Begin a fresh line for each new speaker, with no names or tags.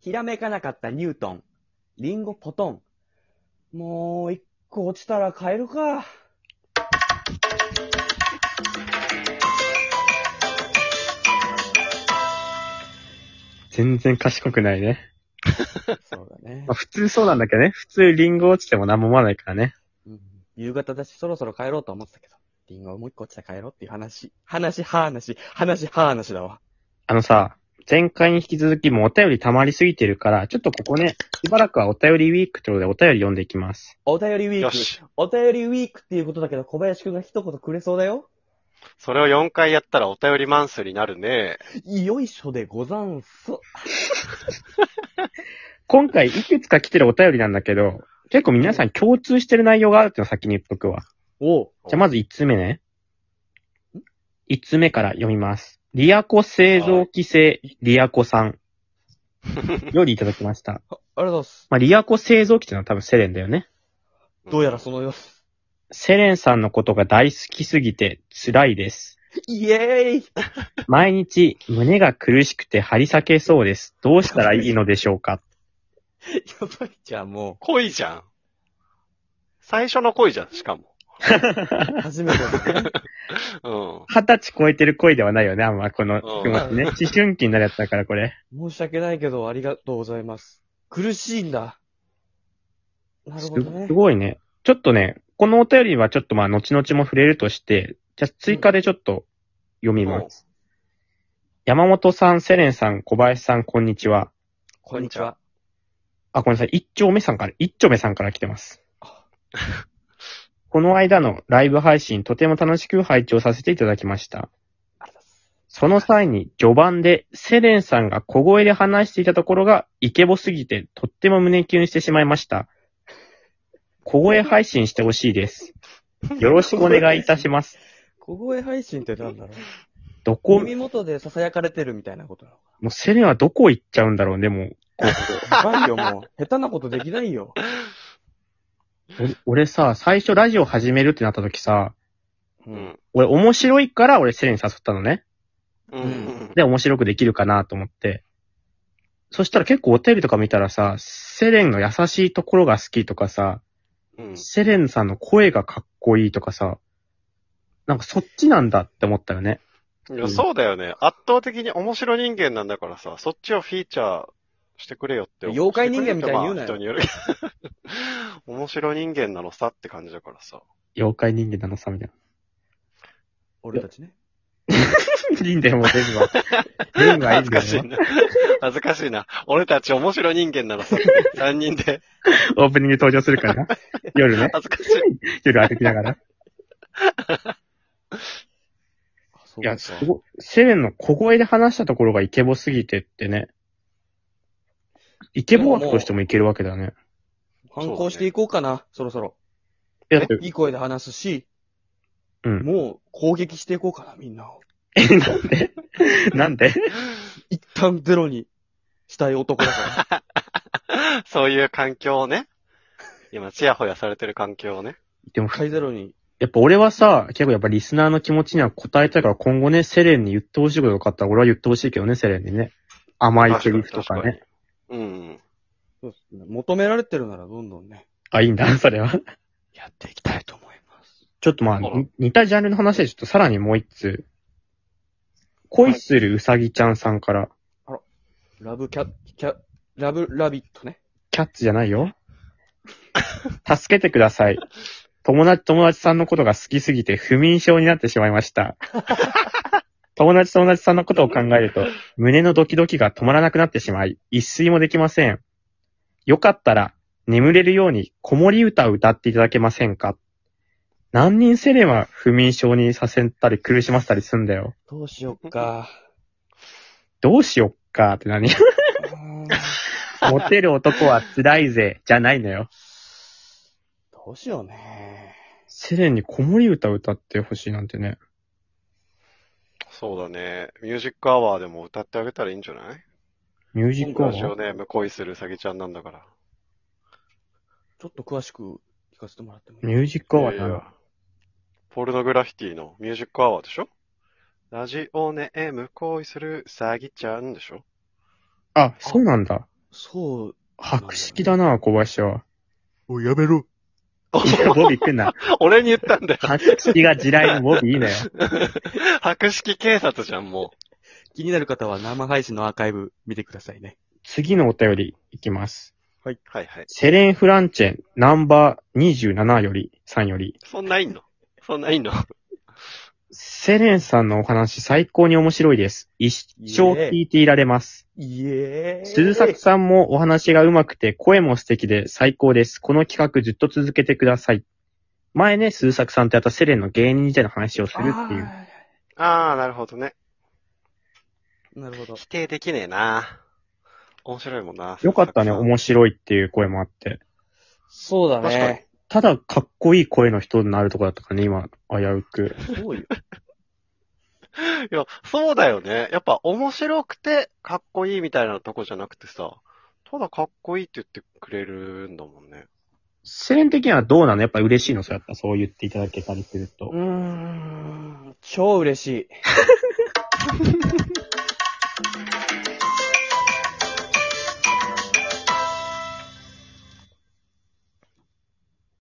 ひらめかなかったニュートン。リンゴポトン。もう、一個落ちたら買えるか。
全然賢くないね。
そうだね
まあ、。普通そうなんだけどね。普通リンゴ落ちても何も思わないからね。
うん夕方だし、そろそろ帰ろうと思ってたけど。リンゴもう一個落ちたら帰ろうっていう話。話、話、話、話だわ。
あのさ、前回に引き続きもうお便り溜まりすぎてるから、ちょっとここね、しばらくはお便りウィークということでお便り読んでいきます。
お便りウィー
よ
ク。
し。
お便りウィークっていうことだけど、小林くんが一言くれそうだよ。
それを4回やったらお便りマンスになるね。
よいしょでござんす。
今回いくつか来てるお便りなんだけど、結構皆さん共通してる内容があるっていうのを先に言っとくわ。
おう。
じゃあまず1つ目ね。1つ目から読みます。リアコ製造機製リアコさん。よりいただきました。
ありがとうございます。
まあ、リアコ製造機っていうのは多分セレンだよね。
どうやらそのようです。
セレンさんのことが大好きすぎて辛いです。
イエーイ
毎日胸が苦しくて張り裂けそうです。どうしたらいいのでしょうか
やばいじゃん、も
恋じゃん。最初の恋じゃん、しかも。
う。初めてだね。
うん。
二十歳超えてる恋ではないよね、あんま、この
うん
気持 ちね。思春期になるやつだから、これ。
申し訳ないけど、ありがとうございます。苦しいんだ。なる
す
ほどね
す。ごいね。ちょっとね、このお便りはちょっとまあ、後々も触れるとして、じゃあ追加でちょっと読みます。山本さん、セレンさん、小林さん、こんにちは。
こんにちは。
あ、ごめんなさい。一丁目さんから、一丁目さんから来てます。この間のライブ配信、とても楽しく拝聴させていただきました。
ありがとうございます。
その際に序盤でセレンさんが小声で話していたところがイケボすぎてとっても胸キュンしてしまいました。小声配信してほしいです。よろしくお願いいたします。
小声配信ってなんだろ
ど
う
こ、
耳元で囁かれてるみたいなことなのか
もうセレンはどこ行っちゃうんだろうね、もう。
な。やばいよ、もう。下手なことできないよ。
俺さ、最初ラジオ始めるってなった時さ、
う。
うんん。
俺面白いから俺セレンに誘ったのね。
うんん。
で、面白くできるかなと思って。そしたら結構お便りとか見たらさ、セレンの優しいところが好きとかさ、
うん。
セレンさんの声がかっこいいとかさ、なんかそっちなんだって思ったよね。
いやそうだよね。圧倒的に面白人間なんだからさ、そっちをフィーチャーしてくれよって。
妖怪人間みたいに言うなよ
まあ人による。 面白人間なのさって感じだから さ。
妖怪人間なのさ、みたい
俺たちね。
な。いいんだよ、もう全部は。全部はいいん
恥ず
だ
かし
よ
い。な。恥ずかしいな。俺たち面白人間なのさって。3人で。
オープニング登場する からな。夜ね。
恥ずかしい。
夜歩きながら。
あそう
いや、
か。
すごい。セレンの小声で話したところがイケボすぎてってね。イケボ枠としてもいけるわけだね。
反抗していこうかな、そろそろ。
いや、だって
いい声で話すし、
うん
もう攻撃していこうかな、みんなを。
え、 なんでなんで
一旦ゼロにしたい男だから。
そういう環境をね。今、ちやほやされてる環境をね。
でも、
一回ゼロに。
やっぱ俺はさ、結構やっぱリスナーの気持ちには応えたいから、今後ね、セレンに言ってほしいこととかあったら、俺は言ってほしいけどね、セレンにね。甘いセリフとかね。
確かに。確かにうん。
そうですね求められてるならどんどんね、
あ、いいんだ、 それは。
やっていきたいと思います。
ちょっとまあ、
そう
に似たジャンルの話でちょっとさらにもう一つ。恋するうさぎちゃんさんから、
ラブキャ、キャ、ラブラビットね。
キャッツじゃないよ。助けてください。友達、友達さんのことが好きすぎて不眠症になってしまいました。友達、友達さんのことを考えると、胸のドキドキが止まらなくなってしまい、一睡もできません。よかったら、眠れるように子守歌を歌っていただけませんか何人セレンは不眠症にさせたり苦しませたりすんだよ。
どうしよっか。
どうしよっかって何
うーん
モテる男は辛いぜ、じゃないのよ。
どうしようね。
セレンに子守歌を歌ってほしいなんてね。
そうだね。ミュージックアワーでも歌ってあげたらいいんじゃない
ミュージックアワ
ラジオ
ー
ネーム恋するうさぎちゃんなんだから。
ちょっと詳しく聞かせてもらってもいい
ミュージックアワ
い
ー
や
ないの
やポルノグラフィティのミュージックアワーでしょラジオネーム恋するうさぎちゃんでしょ
あ、そうなんだ。
そう。
白色だな、小林は。
おい、やめろ。
いや、ボビー来ん な。
俺に言ったん だよ。
白色が地雷のボビーいいなよ。
白色警察じゃん、も
気になる方は生配信のアーカイブ見てくださいね。
次のお便りいきます。
う。はいはい。
セレン・フランチェン、ナンバー27より、3より。
そんないんのそんない んの
セレンさんのお話最高に面白いです。一生聞いていられます。
イエーイ。
鈴作さんもお話が上手くて声も素敵で最高です。この企画ずっと続けてください。前ね、鈴作さんってやったセレンの芸人時代の話をするっていう。
あ
あー、なるほどね。
ーなるほど。
否定できねえな。面白いもんな。
よかったね、
面
面白いっていう声もあって。
そうだね。
ただ、かっこいい声の人になるとこだったからね、今、危うく。
そうよ。
いや、そうだよね。やっぱ面白くてかっこいいみたいなとこじゃなくてさ、ただかっこいいって言ってくれるんだもんね。
セレン的にはどうなのやっぱ嬉しいのそうやった。そう言っていただけたりすると
う。ーん。超嬉しい。